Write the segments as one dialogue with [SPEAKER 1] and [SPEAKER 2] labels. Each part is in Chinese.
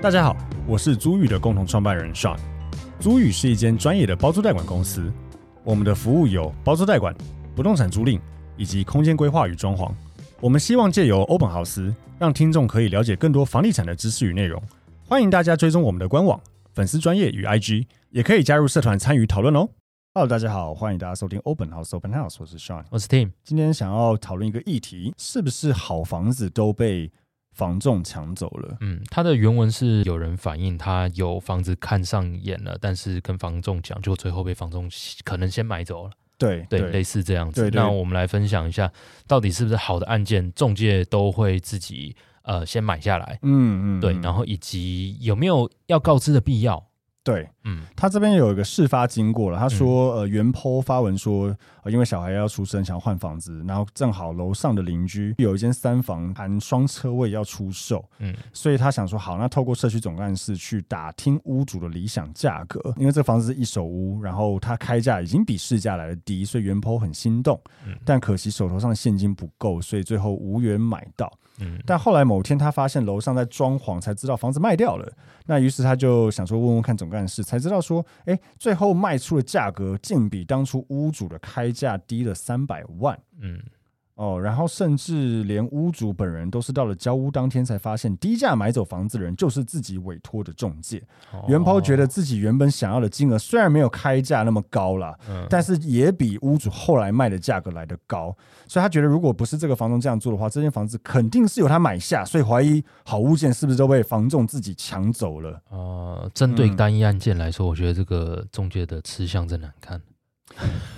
[SPEAKER 1] 大家好，我是租宇的共同创办人 Sean。租宇是一间专业的包租代管公司，我们的服务有包租代管、不动产租赁以及空间规划与装潢。我们希望借由欧本豪斯，让听众可以了解更多房地产的知识与内容。欢迎大家追踪我们的官网、粉丝专业与 IG，也可以加入社团参与讨论哦。Hello，大家好，欢迎大家收听 Open House Open House，我是 Sean。
[SPEAKER 2] 我是 Tim，
[SPEAKER 1] 今天想要讨论一个议题，是不是好房子都被房仲抢走了？
[SPEAKER 2] 嗯，他的原文是有人反映他有房子看上眼了，但是跟房仲讲，就最后被房仲可能先买走了，
[SPEAKER 1] 对
[SPEAKER 2] 对，类似这样子。
[SPEAKER 1] 对对
[SPEAKER 2] 那我们来分享一下，到底是不是好的案件，中介都会自己呃先买下来，
[SPEAKER 1] 嗯嗯，
[SPEAKER 2] 对，
[SPEAKER 1] 嗯
[SPEAKER 2] 然后以及有没有要告知的必要，
[SPEAKER 1] 对
[SPEAKER 2] 嗯
[SPEAKER 1] 他这边有一个事发经过了，他说、呃原 PO 发文说、呃因为小孩要出生想要换房子，然后正好楼上的邻居有一间三房含双车位要出售，
[SPEAKER 2] 嗯
[SPEAKER 1] 所以他想说，好，那透过社区总干事去打听屋主的理想价格，因为这房子是一手屋，然后他开价已经比市价来的低，所以原 PO 很心动
[SPEAKER 2] 嗯，
[SPEAKER 1] 但可惜手头上的现金不够，所以最后无缘买到。
[SPEAKER 2] 嗯，
[SPEAKER 1] 但后来某天他发现楼上在装潢，才知道房子卖掉了。那于是他就想说问问看总干事，才知道说，哎，最后卖出的价格竟比当初屋主的开价低了三百万。
[SPEAKER 2] 嗯
[SPEAKER 1] 哦，然后甚至连屋主本人都是到了交屋当天才发现，低价买走房子的人就是自己委托的中介。
[SPEAKER 2] 哦
[SPEAKER 1] 袁抛觉得自己原本想要的金额虽然没有开价那么高啦，
[SPEAKER 2] 嗯
[SPEAKER 1] 但是也比屋主后来卖的价格来的高，所以他觉得如果不是这个房东这样做的话，这间房子肯定是由他买下，所以怀疑好物件是不是都被房仲自己抢走了。
[SPEAKER 2] 呃，针对
[SPEAKER 1] 嗯
[SPEAKER 2] 单一案件来说，我觉得这个中介的吃相真难 看。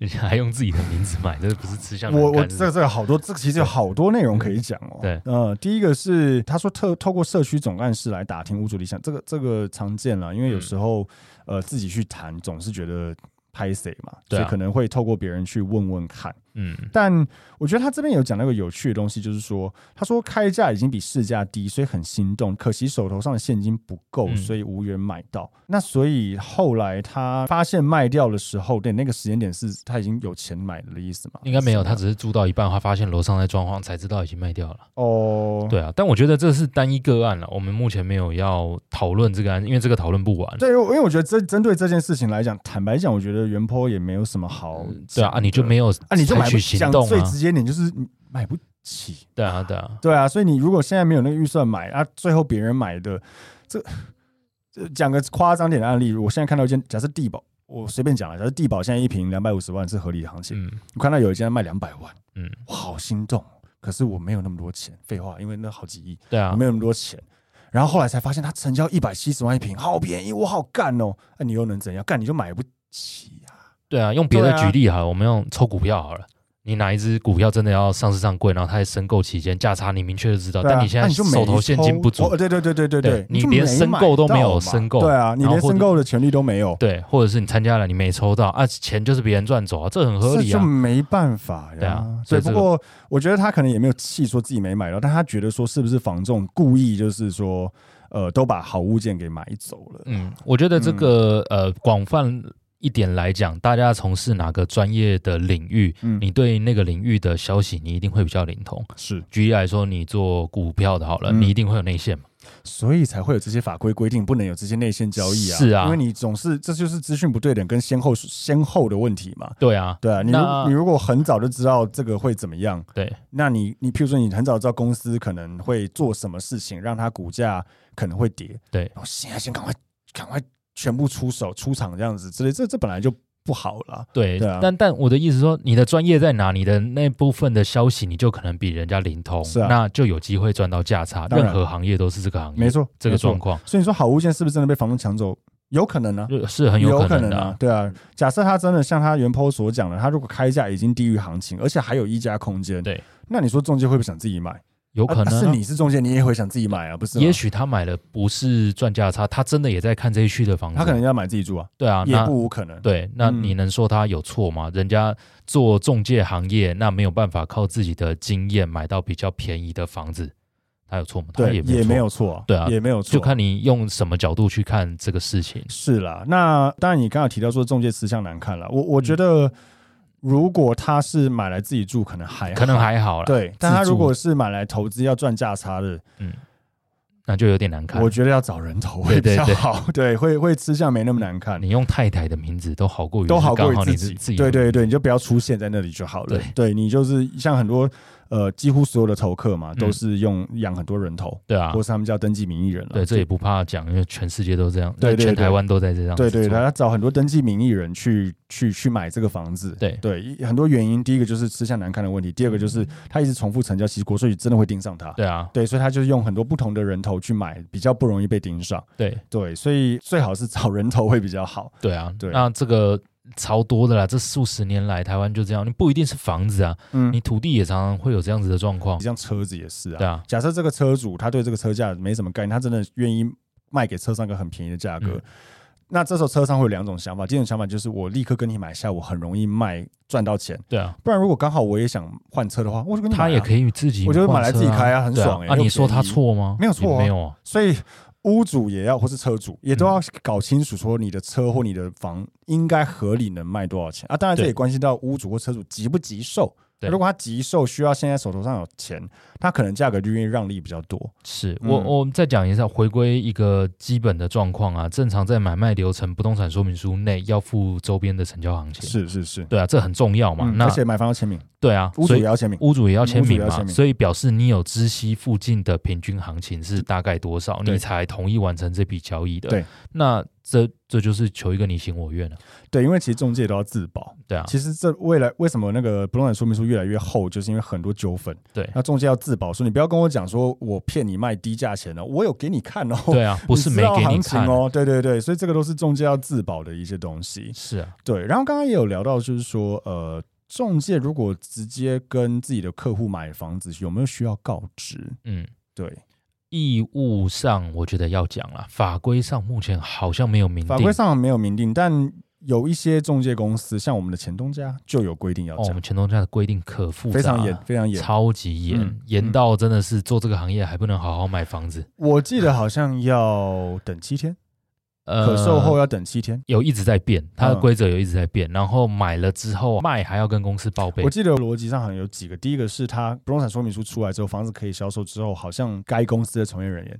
[SPEAKER 2] 人家还用自己的名字买，这不是吃相难
[SPEAKER 1] 我
[SPEAKER 2] 看。
[SPEAKER 1] 我
[SPEAKER 2] 是
[SPEAKER 1] 这这个好多，这个其实有好多内容可以讲哦。
[SPEAKER 2] 嗯对
[SPEAKER 1] 呃，第一个是他说特透过社区总干事来打听屋主理想，这个这个常见了，因为有
[SPEAKER 2] 嗯
[SPEAKER 1] 时候、呃自己去谈总是觉得拍谁嘛，
[SPEAKER 2] 对啊
[SPEAKER 1] 所以可能会透过别人去问问看。
[SPEAKER 2] 嗯，
[SPEAKER 1] 但我觉得他这边有讲到一个有趣的东西，就是说，他说开价已经比市价低，所以很心动，可惜手头上的现金不够，
[SPEAKER 2] 嗯
[SPEAKER 1] 所以无缘买到。那所以后来他发现卖掉的时候，对那个时间点是他已经有钱买的意思嘛？
[SPEAKER 2] 应该没有，
[SPEAKER 1] 啊是吗
[SPEAKER 2] 他只是租到一半，他发现楼上在装潢，才知道已经卖掉了。
[SPEAKER 1] 哦，
[SPEAKER 2] 对啊，但我觉得这是单一个案了，我们目前没有要讨论这个案，因为这个讨论不完。
[SPEAKER 1] 对，因为因为我觉得针针对这件事情来讲，坦白讲，我觉得原坡也没有什么好
[SPEAKER 2] 对啊，
[SPEAKER 1] 讲
[SPEAKER 2] 啊你就
[SPEAKER 1] 的
[SPEAKER 2] 没有
[SPEAKER 1] 啊，你就
[SPEAKER 2] 采
[SPEAKER 1] 买
[SPEAKER 2] 取
[SPEAKER 1] 不
[SPEAKER 2] 行
[SPEAKER 1] 讲
[SPEAKER 2] 动
[SPEAKER 1] 最
[SPEAKER 2] 啊
[SPEAKER 1] 直？接一点就是你买不起。
[SPEAKER 2] 对啊，对啊，
[SPEAKER 1] 对啊，所以你如果现在没有那个预算买啊，最后别人买的，这这讲个夸张点的案例，我现在看到一间，假设地保，我随便讲了，假设地保现在一平两百五十万是合理的行情，
[SPEAKER 2] 嗯
[SPEAKER 1] 我看到有一间卖两百万，
[SPEAKER 2] 嗯，
[SPEAKER 1] 我好心动，哦可是我没有那么多钱，废话，因为那好几亿，
[SPEAKER 2] 对
[SPEAKER 1] 我
[SPEAKER 2] 啊
[SPEAKER 1] 没，有那么多钱。然后后来才发现它成交一百七十万一平，好便宜，我好干哦！那、你又能怎样？干你就买不起啊！
[SPEAKER 2] 对啊，用别的
[SPEAKER 1] 对啊
[SPEAKER 2] 举例好了，我们用抽股票好了。你哪一只股票真的要上市上柜，然后它在申购期间价差你明确的知道，
[SPEAKER 1] 对啊
[SPEAKER 2] 哦但你现
[SPEAKER 1] 那
[SPEAKER 2] 在
[SPEAKER 1] 你就没
[SPEAKER 2] 手头现金不
[SPEAKER 1] 抽
[SPEAKER 2] 足
[SPEAKER 1] 哦，对对对对对
[SPEAKER 2] 对
[SPEAKER 1] 你就
[SPEAKER 2] 你连
[SPEAKER 1] 没
[SPEAKER 2] 申
[SPEAKER 1] 买
[SPEAKER 2] 购都没
[SPEAKER 1] 到
[SPEAKER 2] 有
[SPEAKER 1] 嘛
[SPEAKER 2] 申购
[SPEAKER 1] 对啊，你
[SPEAKER 2] 然后
[SPEAKER 1] 连
[SPEAKER 2] 或者
[SPEAKER 1] 申购的权利都没有，
[SPEAKER 2] 对，或者是你参加了你没抽到啊，钱就是别人赚走啊，这很合理
[SPEAKER 1] 这就
[SPEAKER 2] 啊。
[SPEAKER 1] 没办法呀。
[SPEAKER 2] 对啊
[SPEAKER 1] 对，
[SPEAKER 2] 所以
[SPEAKER 1] 不
[SPEAKER 2] 这个
[SPEAKER 1] 过我觉得他可能也没有气说自己没买到，但他觉得说是不是房仲故意就是说，呃，都把好物件给买走了。
[SPEAKER 2] 嗯，我觉得这个、
[SPEAKER 1] 嗯
[SPEAKER 2] 呃，广泛一点来讲，大家从事哪个专业的领域，
[SPEAKER 1] 嗯
[SPEAKER 2] 你对那个领域的消息，你一定会比较灵通。
[SPEAKER 1] 是，
[SPEAKER 2] 举例来说，你做股票的好了，
[SPEAKER 1] 嗯
[SPEAKER 2] 你一定会有内线嘛？
[SPEAKER 1] 所以才会有这些法规规定，不能有这些内线交易啊。
[SPEAKER 2] 是啊
[SPEAKER 1] 因为你总是这就是资讯不对等跟先后先后的问题嘛。
[SPEAKER 2] 对啊，
[SPEAKER 1] 对啊，你
[SPEAKER 2] 那
[SPEAKER 1] 如你如果很早就知道这个会怎么样，
[SPEAKER 2] 对
[SPEAKER 1] 那你你譬如说你很早知道公司可能会做什么事情，让它股价可能会跌，
[SPEAKER 2] 对
[SPEAKER 1] 然后现在先赶快赶快全部出手出场这样子之类，这这本来就不好了。
[SPEAKER 2] 对，
[SPEAKER 1] 对啊
[SPEAKER 2] 但但我的意思说，你的专业在哪？你的那部分的消息，你就可能比人家灵通，
[SPEAKER 1] 是啊
[SPEAKER 2] 那就有机会赚到价差。
[SPEAKER 1] 当然
[SPEAKER 2] 任何行业都是这个行业，
[SPEAKER 1] 没错，
[SPEAKER 2] 嗯这个
[SPEAKER 1] 没错
[SPEAKER 2] 状。况
[SPEAKER 1] 所以你说好物件是不是真的被房东抢走？有可能呢、啊
[SPEAKER 2] 是很有可能的啊、
[SPEAKER 1] 啊，对啊。假设他真的像他原 PO 所讲的，他如果开价已经低于行情，而且还有溢价空间，
[SPEAKER 2] 对，
[SPEAKER 1] 那你说中介会不会想自己买？
[SPEAKER 2] 有
[SPEAKER 1] 啊
[SPEAKER 2] 可能啊、
[SPEAKER 1] 是你是中介，你也会想自己买啊，不是吗？
[SPEAKER 2] 也许他买了不是赚价差，他真的也在看这一区的房子，
[SPEAKER 1] 他可能要买自己住啊，
[SPEAKER 2] 对啊，
[SPEAKER 1] 也
[SPEAKER 2] 那
[SPEAKER 1] 不无可能。
[SPEAKER 2] 对，那
[SPEAKER 1] 嗯
[SPEAKER 2] 你能说他有错吗？人家做中介行业，那没有办法靠自己的经验买到比较便宜的房子，他有错吗？他
[SPEAKER 1] 对，
[SPEAKER 2] 没
[SPEAKER 1] 没
[SPEAKER 2] 有错，
[SPEAKER 1] 有错啊，
[SPEAKER 2] 对啊
[SPEAKER 1] 也没有错，
[SPEAKER 2] 就看你用什么角度去看这个事情。
[SPEAKER 1] 是啦，那当然，你刚刚有提到说中介吃相难看了，我
[SPEAKER 2] 嗯
[SPEAKER 1] 我觉得如果他是买来自己住，可能还好
[SPEAKER 2] 可能还好啦，
[SPEAKER 1] 对，但他
[SPEAKER 2] 自住
[SPEAKER 1] 如果是买来投资要赚价差的，
[SPEAKER 2] 嗯那就有点难看
[SPEAKER 1] 我。觉得要找人头 会比较
[SPEAKER 2] 对对对
[SPEAKER 1] 好， 对，会会吃相没那么难看，
[SPEAKER 2] 你用太太的名字都好过于
[SPEAKER 1] 都好过
[SPEAKER 2] 刚
[SPEAKER 1] 于
[SPEAKER 2] 好你
[SPEAKER 1] 己。
[SPEAKER 2] 自己
[SPEAKER 1] 对
[SPEAKER 2] 的
[SPEAKER 1] 对对，你就不要出现在那里就好了。对你就是像很多呃，几乎所有的投客嘛，都是用养很多人头，
[SPEAKER 2] 对嗯啊
[SPEAKER 1] 或，是他们叫登记名义人了。
[SPEAKER 2] 对，这也不怕讲，因为全世界都这样，
[SPEAKER 1] 对对对
[SPEAKER 2] 全台湾都在这样子
[SPEAKER 1] 对对，
[SPEAKER 2] 做
[SPEAKER 1] 他找很多登记名义人去去去买这个房子。
[SPEAKER 2] 对
[SPEAKER 1] 对，一很多原因，第一个就是吃相难看的问题，第二个就是他一直重复成交，其实国税局真的会盯上他。
[SPEAKER 2] 嗯对啊，
[SPEAKER 1] 对，所以他就是用很多不同的人头去买，比较不容易被盯上。
[SPEAKER 2] 对
[SPEAKER 1] 对，所以最好是找人头会比较好。
[SPEAKER 2] 对啊，
[SPEAKER 1] 对
[SPEAKER 2] 那这个超多的啦，这数十年来台湾就这样，你不一定是房子啊，
[SPEAKER 1] 嗯，
[SPEAKER 2] 你土地也常常会有这样子的状况，
[SPEAKER 1] 像车子也是啊。
[SPEAKER 2] 对啊，
[SPEAKER 1] 假设这个车主他对这个车价没什么概念，他真的愿意卖给车商一个很便宜的价格。
[SPEAKER 2] 嗯
[SPEAKER 1] 那这时候车商会有两种想法，第一种想法就是我立刻跟你买下，我很容易卖赚到钱。
[SPEAKER 2] 对啊，
[SPEAKER 1] 不然如果刚好我也想换车的话，我就跟你买、啊。
[SPEAKER 2] 他也可以自己换车啊，
[SPEAKER 1] 我觉得买来自己开啊很
[SPEAKER 2] 对
[SPEAKER 1] 爽欸
[SPEAKER 2] 啊，
[SPEAKER 1] 又
[SPEAKER 2] 你说
[SPEAKER 1] 便宜
[SPEAKER 2] 他错吗？
[SPEAKER 1] 没有错啊
[SPEAKER 2] 也没有啊，
[SPEAKER 1] 所以屋主也要，或是车主也都
[SPEAKER 2] 嗯
[SPEAKER 1] 要搞清楚，说你的车或你的房应该合理能卖多少钱啊？当然，这
[SPEAKER 2] 对
[SPEAKER 1] 也关系到屋主或车主急不急售。
[SPEAKER 2] 对
[SPEAKER 1] 如果他急售，需要现在手头上有钱，他可能价格就愿意让利比较多。
[SPEAKER 2] 是
[SPEAKER 1] 嗯
[SPEAKER 2] 我我们再讲一下，回归一个基本的状况啊，正常在买卖流程不动产说明书内要附周边的成交行情，
[SPEAKER 1] 是是是，
[SPEAKER 2] 对啊，这很重要嘛。
[SPEAKER 1] 嗯，
[SPEAKER 2] 那
[SPEAKER 1] 而且买方要签名，
[SPEAKER 2] 对啊，
[SPEAKER 1] 屋主
[SPEAKER 2] 所
[SPEAKER 1] 也
[SPEAKER 2] 以
[SPEAKER 1] 要签名。
[SPEAKER 2] 屋主也要签名
[SPEAKER 1] 嗯屋主也要
[SPEAKER 2] 嘛，
[SPEAKER 1] 签名
[SPEAKER 2] 所以表示你有知悉附近的平均行情是大概多少，
[SPEAKER 1] 对
[SPEAKER 2] 你才同意完成这笔交易的。
[SPEAKER 1] 对，
[SPEAKER 2] 那这这就是求一个你情我愿了、啊
[SPEAKER 1] 对，因为其实中介都要自保。
[SPEAKER 2] 对啊，
[SPEAKER 1] 其实这未来为什么那个不动产说明书越来越厚，就是因为很多纠纷。
[SPEAKER 2] 对
[SPEAKER 1] 那中介要自保，说你不要跟我讲说我骗你卖低价钱了，我有给你看哦。
[SPEAKER 2] 对啊，不是
[SPEAKER 1] 你
[SPEAKER 2] 没
[SPEAKER 1] 知道
[SPEAKER 2] 给
[SPEAKER 1] 行情
[SPEAKER 2] 看，
[SPEAKER 1] 哦，对对对，所以这个都是中介要自保的一些东西。
[SPEAKER 2] 是啊，
[SPEAKER 1] 对，然后刚刚也有聊到，就是说，呃，中介如果直接跟自己的客户买房子，有没有需要告知？
[SPEAKER 2] 嗯。
[SPEAKER 1] 对，
[SPEAKER 2] 义务上，我觉得要讲啦，法规上目前好像没有明定，
[SPEAKER 1] 法规上没有明定，但有一些中介公司，像我们的前东家就有规定要
[SPEAKER 2] 哦，我
[SPEAKER 1] 讲，
[SPEAKER 2] 们前东家的规定可复杂，
[SPEAKER 1] 非常严，，非常严。
[SPEAKER 2] 超级严，
[SPEAKER 1] 嗯
[SPEAKER 2] 严到真的是做这个行业还不能好好买房子。
[SPEAKER 1] 我记得好像要等七天，
[SPEAKER 2] 呃
[SPEAKER 1] 可售后要等七天。
[SPEAKER 2] 有一直在变，它的
[SPEAKER 1] 嗯
[SPEAKER 2] 规则有一直在变，然后买了之后卖还要跟公司报备
[SPEAKER 1] 我。记得逻辑上好像有几个，第一个是他不动产说明书出来之后，房子可以销售之后，好像该公司的从业人员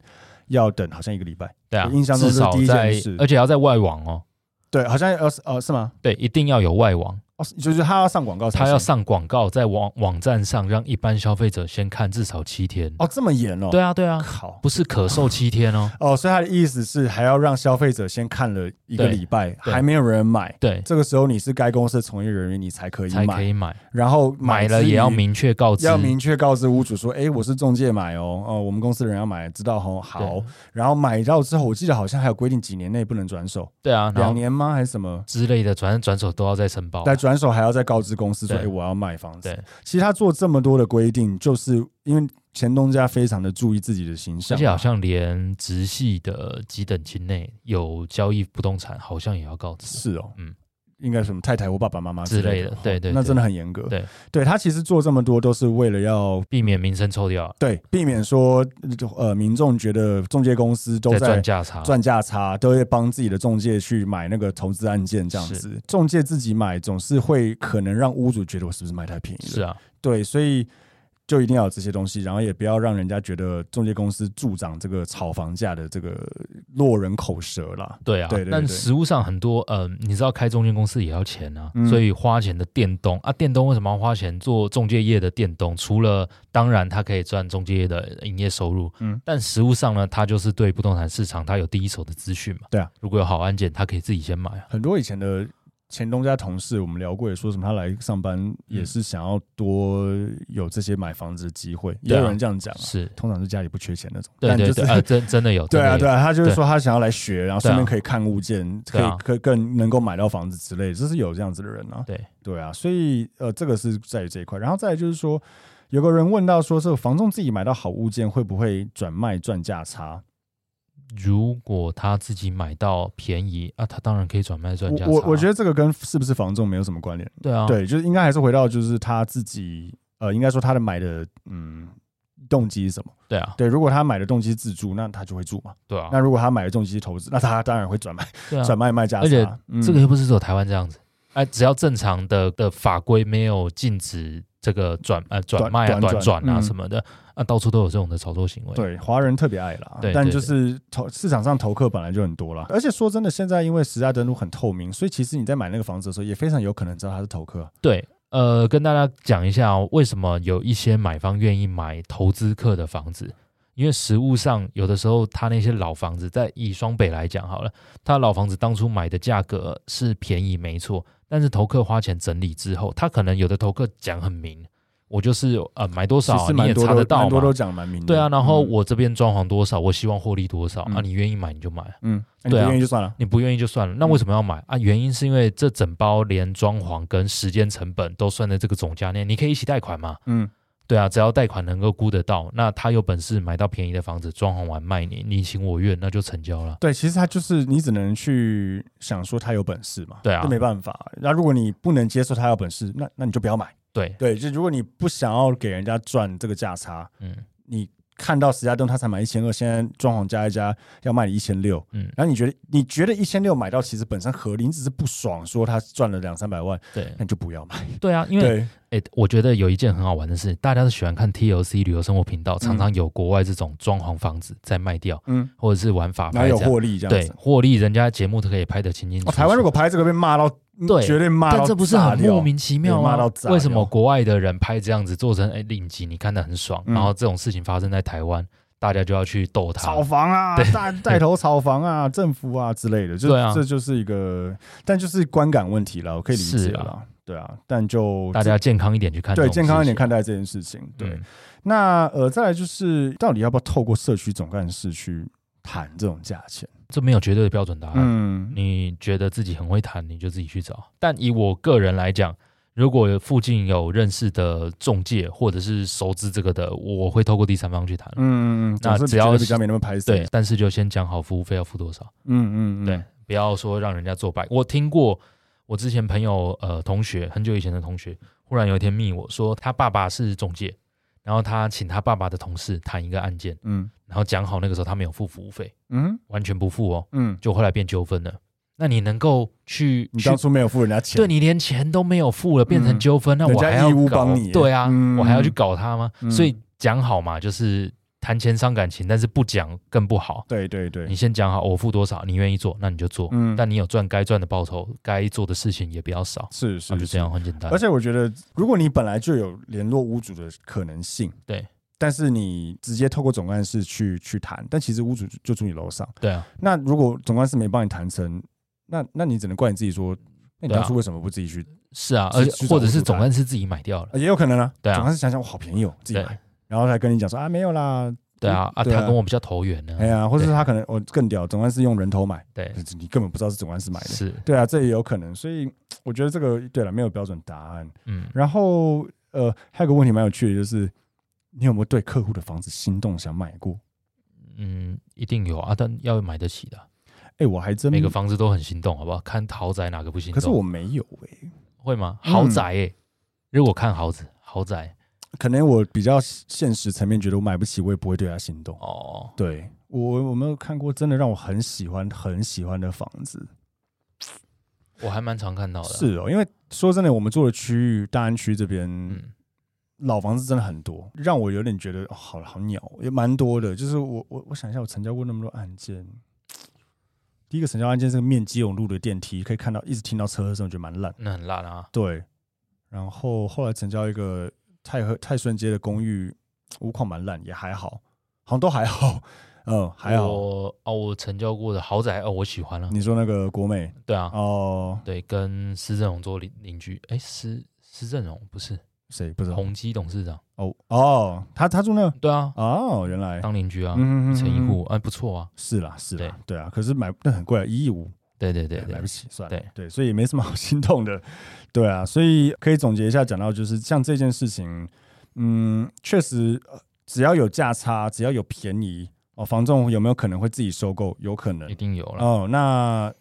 [SPEAKER 1] 要等好像一个礼拜，
[SPEAKER 2] 对啊，
[SPEAKER 1] 我印象中
[SPEAKER 2] 至
[SPEAKER 1] 这是
[SPEAKER 2] 少
[SPEAKER 1] 第一件
[SPEAKER 2] 在
[SPEAKER 1] 事，
[SPEAKER 2] 而且要在外网哦。
[SPEAKER 1] 对，好像要是呃是吗？
[SPEAKER 2] 对，一定要有外网，
[SPEAKER 1] 哦，就是他要上广告才行，
[SPEAKER 2] 他要上广告，在网网站上让一般消费者先看至少七天。
[SPEAKER 1] 哦这么严哦，
[SPEAKER 2] 对啊，对啊，
[SPEAKER 1] 靠，
[SPEAKER 2] 不是可售七天哦。
[SPEAKER 1] 哦，所以他的意思是还要让消费者先看了一个
[SPEAKER 2] 对
[SPEAKER 1] 礼拜，
[SPEAKER 2] 对
[SPEAKER 1] 还没有人买，
[SPEAKER 2] 对，
[SPEAKER 1] 这个时候你是该公司的从业人员，你才可以
[SPEAKER 2] 才
[SPEAKER 1] 买，
[SPEAKER 2] 可以买，
[SPEAKER 1] 然后
[SPEAKER 2] 买
[SPEAKER 1] 之
[SPEAKER 2] 了
[SPEAKER 1] 余
[SPEAKER 2] 也要。明确告知。
[SPEAKER 1] 要明确告知屋主说：“哎，我是中介买哦，哦，我们公司的人要买，知道吼好
[SPEAKER 2] 对。
[SPEAKER 1] 然后买到之后，我记得好像还有规定，几年内不能转手，
[SPEAKER 2] 对啊，然
[SPEAKER 1] 两
[SPEAKER 2] 后
[SPEAKER 1] 年吗？还是什么？
[SPEAKER 2] 之类的转转手都要再申报。啊
[SPEAKER 1] 但转手还要再告知公司说：
[SPEAKER 2] 对
[SPEAKER 1] 哎，我要卖房子
[SPEAKER 2] 对。
[SPEAKER 1] 其实他做这么多的规定，就是因为前东家非常的注意自己的形象
[SPEAKER 2] 而
[SPEAKER 1] 嘛，
[SPEAKER 2] 且好像连直系的几等亲内有交易不动产，好像也要告知。
[SPEAKER 1] 是哦，嗯
[SPEAKER 2] 嗯，
[SPEAKER 1] 应该什么太太或爸爸妈妈
[SPEAKER 2] 之
[SPEAKER 1] 类
[SPEAKER 2] 类的对对
[SPEAKER 1] 那
[SPEAKER 2] 对
[SPEAKER 1] 真的很严格。
[SPEAKER 2] 对，
[SPEAKER 1] 对他其实做这么多都是为了要
[SPEAKER 2] 避免名声抽掉，啊
[SPEAKER 1] 对避免说呃民众觉得中介公司都
[SPEAKER 2] 再赚
[SPEAKER 1] 在。
[SPEAKER 2] 价差。
[SPEAKER 1] 赚价差都会帮自己的中介去买那个投资案件，这样
[SPEAKER 2] 是
[SPEAKER 1] 子，中介自己买总是会可能让屋主觉得我是不是卖太便宜了？
[SPEAKER 2] 是啊，
[SPEAKER 1] 对，所以就一定要有这些东西，然后也不要让人家觉得中介公司助长这个炒房价的这个落人口舌啦。
[SPEAKER 2] 对啊。
[SPEAKER 1] 对对对
[SPEAKER 2] 但实物上很多，呃，你知道开中介公司也要钱啊，
[SPEAKER 1] 嗯
[SPEAKER 2] 所以花钱的店东啊，店东为什么要花钱做中介业的店东？除了当然他可以赚中介业的营业收入，
[SPEAKER 1] 嗯
[SPEAKER 2] 嗯，但实物上呢，他就是对不动产市场他有第一手的资讯嘛。
[SPEAKER 1] 对啊，
[SPEAKER 2] 如果有好案件，他可以自己先买啊。
[SPEAKER 1] 很多以前的前东家同事，我们聊过，也说什么他来上班也是想要多有这些买房子的机会，也
[SPEAKER 2] 对啊
[SPEAKER 1] 有人这样讲、啊。
[SPEAKER 2] 是，
[SPEAKER 1] 通常是家里不缺钱那种，
[SPEAKER 2] 对对
[SPEAKER 1] 但就
[SPEAKER 2] 对，
[SPEAKER 1] 是、
[SPEAKER 2] 啊，真真的有，
[SPEAKER 1] 对啊
[SPEAKER 2] 真的
[SPEAKER 1] 对
[SPEAKER 2] 有
[SPEAKER 1] 啊，他就是说他想要来学，然后顺便可以看物件，可
[SPEAKER 2] 啊对啊
[SPEAKER 1] 以可以更能够买到房子之类的，这是有这样子的人啊。
[SPEAKER 2] 对
[SPEAKER 1] 对啊，所以呃，这个是在于这一块，然后再来就是说，有个人问到说，这个房仲自己买到好物件会不会转卖赚价差？
[SPEAKER 2] 如果他自己买到便宜啊，他当然可以转卖赚价
[SPEAKER 1] 我
[SPEAKER 2] 差啊。
[SPEAKER 1] 我我觉
[SPEAKER 2] 得
[SPEAKER 1] 得这个跟是不是房仲没有什么关联。
[SPEAKER 2] 对啊，
[SPEAKER 1] 对，就是应该还是回到就是他自己，呃，应该说他的买的嗯动机是什么？
[SPEAKER 2] 对啊，
[SPEAKER 1] 对，如果他买的动机是自住，那他就会住嘛。
[SPEAKER 2] 对啊
[SPEAKER 1] 那，如果他买的动机是投资，那他当然会转卖
[SPEAKER 2] 对啊
[SPEAKER 1] 转，卖卖价差。
[SPEAKER 2] 而且
[SPEAKER 1] 嗯
[SPEAKER 2] 啊这个又不是只有台湾这样子。哎，只要正常的的法规没有禁止这个转呃转
[SPEAKER 1] 短
[SPEAKER 2] 卖啊、
[SPEAKER 1] 短
[SPEAKER 2] 短转啊
[SPEAKER 1] 转嗯
[SPEAKER 2] 什么的啊，到处都有这种的炒作行为。
[SPEAKER 1] 对，华人特别爱啦
[SPEAKER 2] 对，
[SPEAKER 1] 但
[SPEAKER 2] 对嗯
[SPEAKER 1] 就是投市场上投客本来就很多啦，而且说真的，现在因为实价登录很透明，所以其实你在买那个房子的时候，也非常有可能知道它是投客。
[SPEAKER 2] 对，呃，跟大家讲一下、哦、为什么有一些买方愿意买投资客的房子，因为实物上有的时候他那些老房子，在以双北来讲好了，他老房子当初买的价格是便宜没错，但是投客花钱整理之后，他可能有的投客讲很明，我就是呃买多少
[SPEAKER 1] 其
[SPEAKER 2] 啊、
[SPEAKER 1] 实
[SPEAKER 2] 你
[SPEAKER 1] 蛮
[SPEAKER 2] 也
[SPEAKER 1] 多
[SPEAKER 2] 查
[SPEAKER 1] 都
[SPEAKER 2] 得到
[SPEAKER 1] 蛮多
[SPEAKER 2] 嘛
[SPEAKER 1] 都。讲得蛮明的。
[SPEAKER 2] 对啊，然后
[SPEAKER 1] 嗯
[SPEAKER 2] 我这边装潢多少，我希望获利多少、啊？
[SPEAKER 1] 嗯
[SPEAKER 2] 你愿意买你就买，
[SPEAKER 1] 嗯，那你
[SPEAKER 2] 对啊
[SPEAKER 1] 不愿意就算了。
[SPEAKER 2] 你不愿意就算了，那为什么要
[SPEAKER 1] 嗯
[SPEAKER 2] 买、啊？原因是因为这整包连装潢跟时间成本都算在这个总价内，你可以一起贷款嘛？
[SPEAKER 1] 嗯，
[SPEAKER 2] 对啊，只要贷款能够估得到，那他有本事买到便宜的房子，装潢完卖你，你情我愿，那就成交了。
[SPEAKER 1] 对，其实他就是你只能去想说他有本事嘛，
[SPEAKER 2] 对啊
[SPEAKER 1] 这没办法。那如果你不能接受他有本事，那那你就不要买。
[SPEAKER 2] 对，
[SPEAKER 1] 对，就如果你不想要给人家赚这个价差，
[SPEAKER 2] 嗯
[SPEAKER 1] 你看到石家庄他才买一千二，现在装潢加一加要卖你一千六，
[SPEAKER 2] 嗯，
[SPEAKER 1] 然后你觉得你觉得一千六买到其实本身合理，你只是不爽，说他赚了两三百万，
[SPEAKER 2] 对
[SPEAKER 1] 那你就不要买。
[SPEAKER 2] 对嗯啊，因为
[SPEAKER 1] 对，
[SPEAKER 2] 哎、我觉得有一件很好玩的事，大家都喜欢看 TLC 旅游生活频道，常
[SPEAKER 1] 嗯
[SPEAKER 2] 常有国外这种装潢房子在卖掉，
[SPEAKER 1] 嗯，
[SPEAKER 2] 或者是玩法
[SPEAKER 1] 然后
[SPEAKER 2] 拍
[SPEAKER 1] 有
[SPEAKER 2] 这样，
[SPEAKER 1] 获利这样
[SPEAKER 2] 啊对
[SPEAKER 1] 子。
[SPEAKER 2] 获利，人家节目都可以拍得清清楚
[SPEAKER 1] 哦、
[SPEAKER 2] 楚。
[SPEAKER 1] 台湾如果拍这个被骂到，嗯
[SPEAKER 2] 对
[SPEAKER 1] 绝对骂到炸掉，
[SPEAKER 2] 但这不是很莫名其妙
[SPEAKER 1] 对骂
[SPEAKER 2] 吗
[SPEAKER 1] 到？炸
[SPEAKER 2] 为什么
[SPEAKER 1] 掉
[SPEAKER 2] 国外的人拍这样子做成哎令吉，你看得很爽，
[SPEAKER 1] 嗯
[SPEAKER 2] 然后这种事情发生在台湾，大家就要去逗他
[SPEAKER 1] 炒。房啊，带带头炒房 啊，政府啊之类的，就
[SPEAKER 2] 对啊
[SPEAKER 1] 这就是一个，但就是观感问题了，我可以理解
[SPEAKER 2] 是啊
[SPEAKER 1] 了，对啊，但就
[SPEAKER 2] 大家健康一点去看这
[SPEAKER 1] 对
[SPEAKER 2] 种事情，
[SPEAKER 1] 健康一点看待这件事情，对。
[SPEAKER 2] 嗯。
[SPEAKER 1] 那呃，再来就是到底要不要透过社区总干事去谈这种价钱？
[SPEAKER 2] 这没有绝对的标准答案。
[SPEAKER 1] 嗯，
[SPEAKER 2] 你觉得自己很会谈，你就自己去找。但以我个人来讲，如果有附近有认识的中介或者是熟知这个的，我会透过第三方去谈。
[SPEAKER 1] 嗯嗯嗯，
[SPEAKER 2] 那
[SPEAKER 1] 总是
[SPEAKER 2] 只要
[SPEAKER 1] 觉得
[SPEAKER 2] 是
[SPEAKER 1] 比较没那么排斥，
[SPEAKER 2] 对，但是就先讲好服务费要付多少。
[SPEAKER 1] 嗯嗯嗯，
[SPEAKER 2] 对，不要说让人家做白。我听过，我之前朋友呃同学，很久以前的同学，忽然有一天密我说，他爸爸是中介，然后他请他爸爸的同事谈一个案件，
[SPEAKER 1] 嗯
[SPEAKER 2] 然后讲好那个时候他没有付服务费，
[SPEAKER 1] 嗯
[SPEAKER 2] 完全不付哦，
[SPEAKER 1] 嗯，
[SPEAKER 2] 就后来变纠纷了。那你能够去
[SPEAKER 1] 你
[SPEAKER 2] 去
[SPEAKER 1] 当初没有付人家钱，
[SPEAKER 2] 对你连钱都没有付了，变成纠纷，那我还
[SPEAKER 1] 嗯人家
[SPEAKER 2] 要
[SPEAKER 1] 义务
[SPEAKER 2] 搞
[SPEAKER 1] 帮你
[SPEAKER 2] 对啊，
[SPEAKER 1] 嗯
[SPEAKER 2] 我还要去搞他吗？
[SPEAKER 1] 嗯
[SPEAKER 2] 所以讲好嘛，就是谈钱伤感情，但是不讲更不好。
[SPEAKER 1] 对对对
[SPEAKER 2] 你，先讲好，我付多少，你愿意做，那你就做。
[SPEAKER 1] 嗯
[SPEAKER 2] 但你有赚该赚的报酬，该做的事情也不要少，
[SPEAKER 1] 是是
[SPEAKER 2] 那啊就这。样，很简单
[SPEAKER 1] 而。且我觉得，如果你本来就有联络屋主的可能性，
[SPEAKER 2] 对，
[SPEAKER 1] 但是你直接透过总干事去去谈，但其实屋主就就住你楼上。
[SPEAKER 2] 对啊，
[SPEAKER 1] 那如果总干事没帮你谈成，那那你只能怪你自己说，那你
[SPEAKER 2] 对啊
[SPEAKER 1] 当初为什么不自己去？
[SPEAKER 2] 是啊，
[SPEAKER 1] 是
[SPEAKER 2] 而
[SPEAKER 1] 去
[SPEAKER 2] 且
[SPEAKER 1] 找
[SPEAKER 2] 或者
[SPEAKER 1] 屋
[SPEAKER 2] 是
[SPEAKER 1] 主
[SPEAKER 2] 总
[SPEAKER 1] 谈
[SPEAKER 2] 干事自己买掉了，
[SPEAKER 1] 呃也有可能啊，
[SPEAKER 2] 对啊
[SPEAKER 1] 总干事想想我好便宜哦，自己
[SPEAKER 2] 对
[SPEAKER 1] 买，然后才跟你讲说啊没有啦，
[SPEAKER 2] 对啊啊，
[SPEAKER 1] 对啊
[SPEAKER 2] 他跟我比较投缘呢
[SPEAKER 1] 哎，呀，或者是
[SPEAKER 2] 嗯对
[SPEAKER 1] 他可能我更屌，总干事用人头买，
[SPEAKER 2] 对，
[SPEAKER 1] 你根本不知道是总干事买的。
[SPEAKER 2] 是，
[SPEAKER 1] 对啊，这也有可能，所以我觉得这个对了，没有标准答案。
[SPEAKER 2] 嗯，
[SPEAKER 1] 然后呃，还有个问题蛮有趣的，就是你有没有对客户的房子心动想买过？
[SPEAKER 2] 嗯，一定有啊，但要买得起的，
[SPEAKER 1] 哎，我还真
[SPEAKER 2] 每个房子都很心动，好不好？看豪宅哪个不心
[SPEAKER 1] 可
[SPEAKER 2] 动？
[SPEAKER 1] 是我没有哎，
[SPEAKER 2] 会吗？
[SPEAKER 1] 嗯
[SPEAKER 2] 豪宅诶，如果看豪宅，豪宅
[SPEAKER 1] 可能我比较现实层面觉得我买不起，我也不会对他心动。
[SPEAKER 2] 哦，
[SPEAKER 1] 对我我没有看过真的让我很喜欢很喜欢的房子，
[SPEAKER 2] 我还蛮常看到的，，
[SPEAKER 1] 是哦，因为说真的，我们住的区域大安区这边、
[SPEAKER 2] 嗯，
[SPEAKER 1] 老房子真的很多，让我有点觉得、哦、好了好鸟，也蛮多的。就是我我我想一下，我成交过那么多案件，第一个成交案件是个面基隆路的电梯，可以看到一直听到车的声，我觉得蛮烂。
[SPEAKER 2] 那很烂啊，
[SPEAKER 1] 对，然后后来成交一个太和太顺街的公寓，屋况蛮烂，也还好，好像都还好，嗯，还好。
[SPEAKER 2] 我哦，我成交过的豪宅哦，我喜欢了，
[SPEAKER 1] 你说那个国美
[SPEAKER 2] 对啊，
[SPEAKER 1] 哦，
[SPEAKER 2] 对，跟施正荣做邻邻居。哎，施施正荣不是
[SPEAKER 1] 谁不知道？
[SPEAKER 2] 宏基董事长？
[SPEAKER 1] 哦哦，他他住那
[SPEAKER 2] 对啊，
[SPEAKER 1] 哦，原来
[SPEAKER 2] 当邻居啊，
[SPEAKER 1] 嗯
[SPEAKER 2] 一层一户，哎，不错啊。
[SPEAKER 1] 是啦是啦，对啊，可是买那很贵啊，一亿五
[SPEAKER 2] 对对对
[SPEAKER 1] 买
[SPEAKER 2] 对
[SPEAKER 1] 不，起，算了
[SPEAKER 2] 对
[SPEAKER 1] 对，所以也没什么好心动的， 对啊，所以可以总结一下，讲到就是像这件事情，嗯，确实呃只要有价差，只要有便宜哦，房仲有没有可能会自己收购？有可能
[SPEAKER 2] 一定有了。
[SPEAKER 1] 哦，那。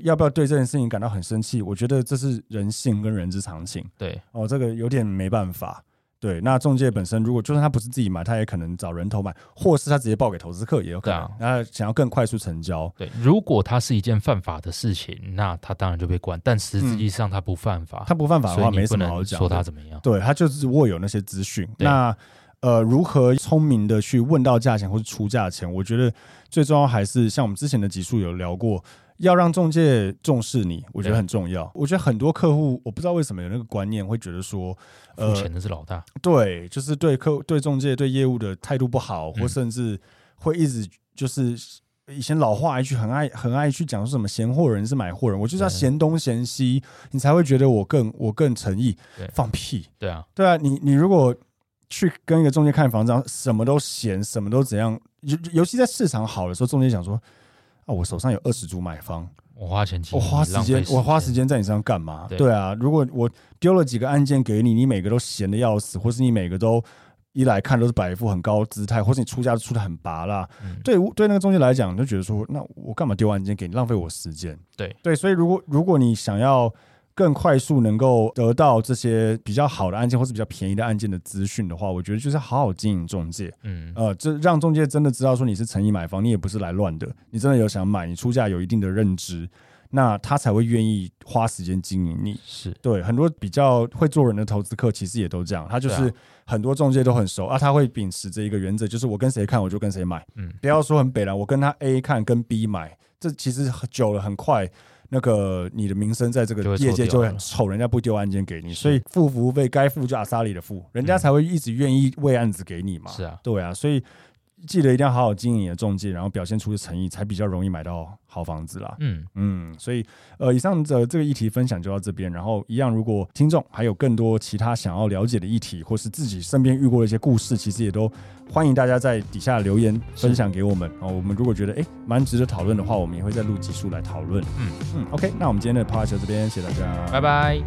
[SPEAKER 1] 要不要对这件事情感到很生气？我觉得这是人性跟人之常情
[SPEAKER 2] 对，
[SPEAKER 1] 哦，这个有点没办法。对，那中介本身如果就算他不是自己买，他也可能找人头买，或是他直接报给投资客也有可
[SPEAKER 2] 对
[SPEAKER 1] 能
[SPEAKER 2] 啊。
[SPEAKER 1] 那、想要更快速成交，
[SPEAKER 2] 对，如果它是一件犯法的事情，那他当然就被关，但实际上他不犯法，
[SPEAKER 1] 嗯他不犯法的
[SPEAKER 2] 啊所
[SPEAKER 1] 话
[SPEAKER 2] 以
[SPEAKER 1] 没
[SPEAKER 2] 你不
[SPEAKER 1] 什么
[SPEAKER 2] 能
[SPEAKER 1] 好讲
[SPEAKER 2] 说
[SPEAKER 1] 的
[SPEAKER 2] 他怎么样。
[SPEAKER 1] 对他就是握有那些资讯。
[SPEAKER 2] 对
[SPEAKER 1] 那呃，如何聪明的去问到价钱或是出价钱？我觉得最重要还是像我们之前的集数有聊过，要让中介重视你，我觉得
[SPEAKER 2] 对
[SPEAKER 1] 很重要。我觉得很多客户，我不知道为什么有那个观念，会觉得说，
[SPEAKER 2] 付
[SPEAKER 1] 呃，
[SPEAKER 2] 钱的是老大，
[SPEAKER 1] 对，就是对客户、对中介、对业务的态度不好，或
[SPEAKER 2] 嗯
[SPEAKER 1] 甚至会一直就是以前老话一句，很爱很爱去讲说什么闲货人是买货人，我就是要
[SPEAKER 2] 对
[SPEAKER 1] 嫌东嫌西，你才会觉得我更我更诚意
[SPEAKER 2] 对。
[SPEAKER 1] 放屁！
[SPEAKER 2] 对啊，
[SPEAKER 1] 对啊，你你如果去跟一个中介看房子，然后什么都嫌，什么都怎样，尤尤其在市场好的时候，中介讲说啊，我手上有二十组买方，
[SPEAKER 2] 我花钱请
[SPEAKER 1] 我
[SPEAKER 2] 你，
[SPEAKER 1] 花时
[SPEAKER 2] 浪费
[SPEAKER 1] 间，我花时
[SPEAKER 2] 时
[SPEAKER 1] 间在你身上干嘛？
[SPEAKER 2] 对
[SPEAKER 1] 对啊，如果我丢了几个案件给你，你每个都闲的要死，或是你每个都一来看都是摆一副很高姿态，或是你出价都出的很拔辣，
[SPEAKER 2] 嗯
[SPEAKER 1] 对我对那个中介来讲，你就觉得说，那我干嘛丢案件给你，浪费我时间？
[SPEAKER 2] 对
[SPEAKER 1] 对，所以如果如果你想要更快速能够得到这些比较好的案件，或是比较便宜的案件的资讯的话，我觉得就是好好经营中介。
[SPEAKER 2] 嗯，
[SPEAKER 1] 呃，这让中介真的知道说你是诚意买房，你也不是来乱的，你真的有想买，你出价有一定的认知，那他才会愿意花时间经营你。
[SPEAKER 2] 是
[SPEAKER 1] 对，很多比较会做人的投资客其实也都这样，他就
[SPEAKER 2] 对
[SPEAKER 1] 是
[SPEAKER 2] 啊
[SPEAKER 1] 很多中介都很熟啊，他会秉持着一个原则，就是我跟谁看我就跟谁买，
[SPEAKER 2] 嗯
[SPEAKER 1] 不要说很北蓝，我跟他 A 看跟 B 买，这其实很久了很快。那个你的名声在这
[SPEAKER 2] 就
[SPEAKER 1] 个
[SPEAKER 2] 会
[SPEAKER 1] 业界
[SPEAKER 2] 臭掉
[SPEAKER 1] 就会很
[SPEAKER 2] 了
[SPEAKER 1] 臭，人家不丢案件给你，
[SPEAKER 2] 是
[SPEAKER 1] 所以付服务费该付就阿萨里的付，人家
[SPEAKER 2] 嗯
[SPEAKER 1] 才会一直愿意喂案子给你嘛。
[SPEAKER 2] 是啊，
[SPEAKER 1] 对啊，所以记得一定要好好经营你的中介，然后表现出诚意，才比较容易买到好房子啦。
[SPEAKER 2] 嗯，
[SPEAKER 1] 嗯，所以呃，以上的这个议题分享就到这边。然后一样，如果听众还有更多其他想要了解的议题，或是自己身边遇过的一些故事，其实也都欢迎大家在底下留言
[SPEAKER 2] 是
[SPEAKER 1] 分享给我们。哦，我们如果觉得诶蛮值得讨论的话，我们也会再录集数来讨论。
[SPEAKER 2] 嗯
[SPEAKER 1] 嗯，OK，那我们今天的 p a r t 就这边，谢谢大家，
[SPEAKER 2] 拜拜。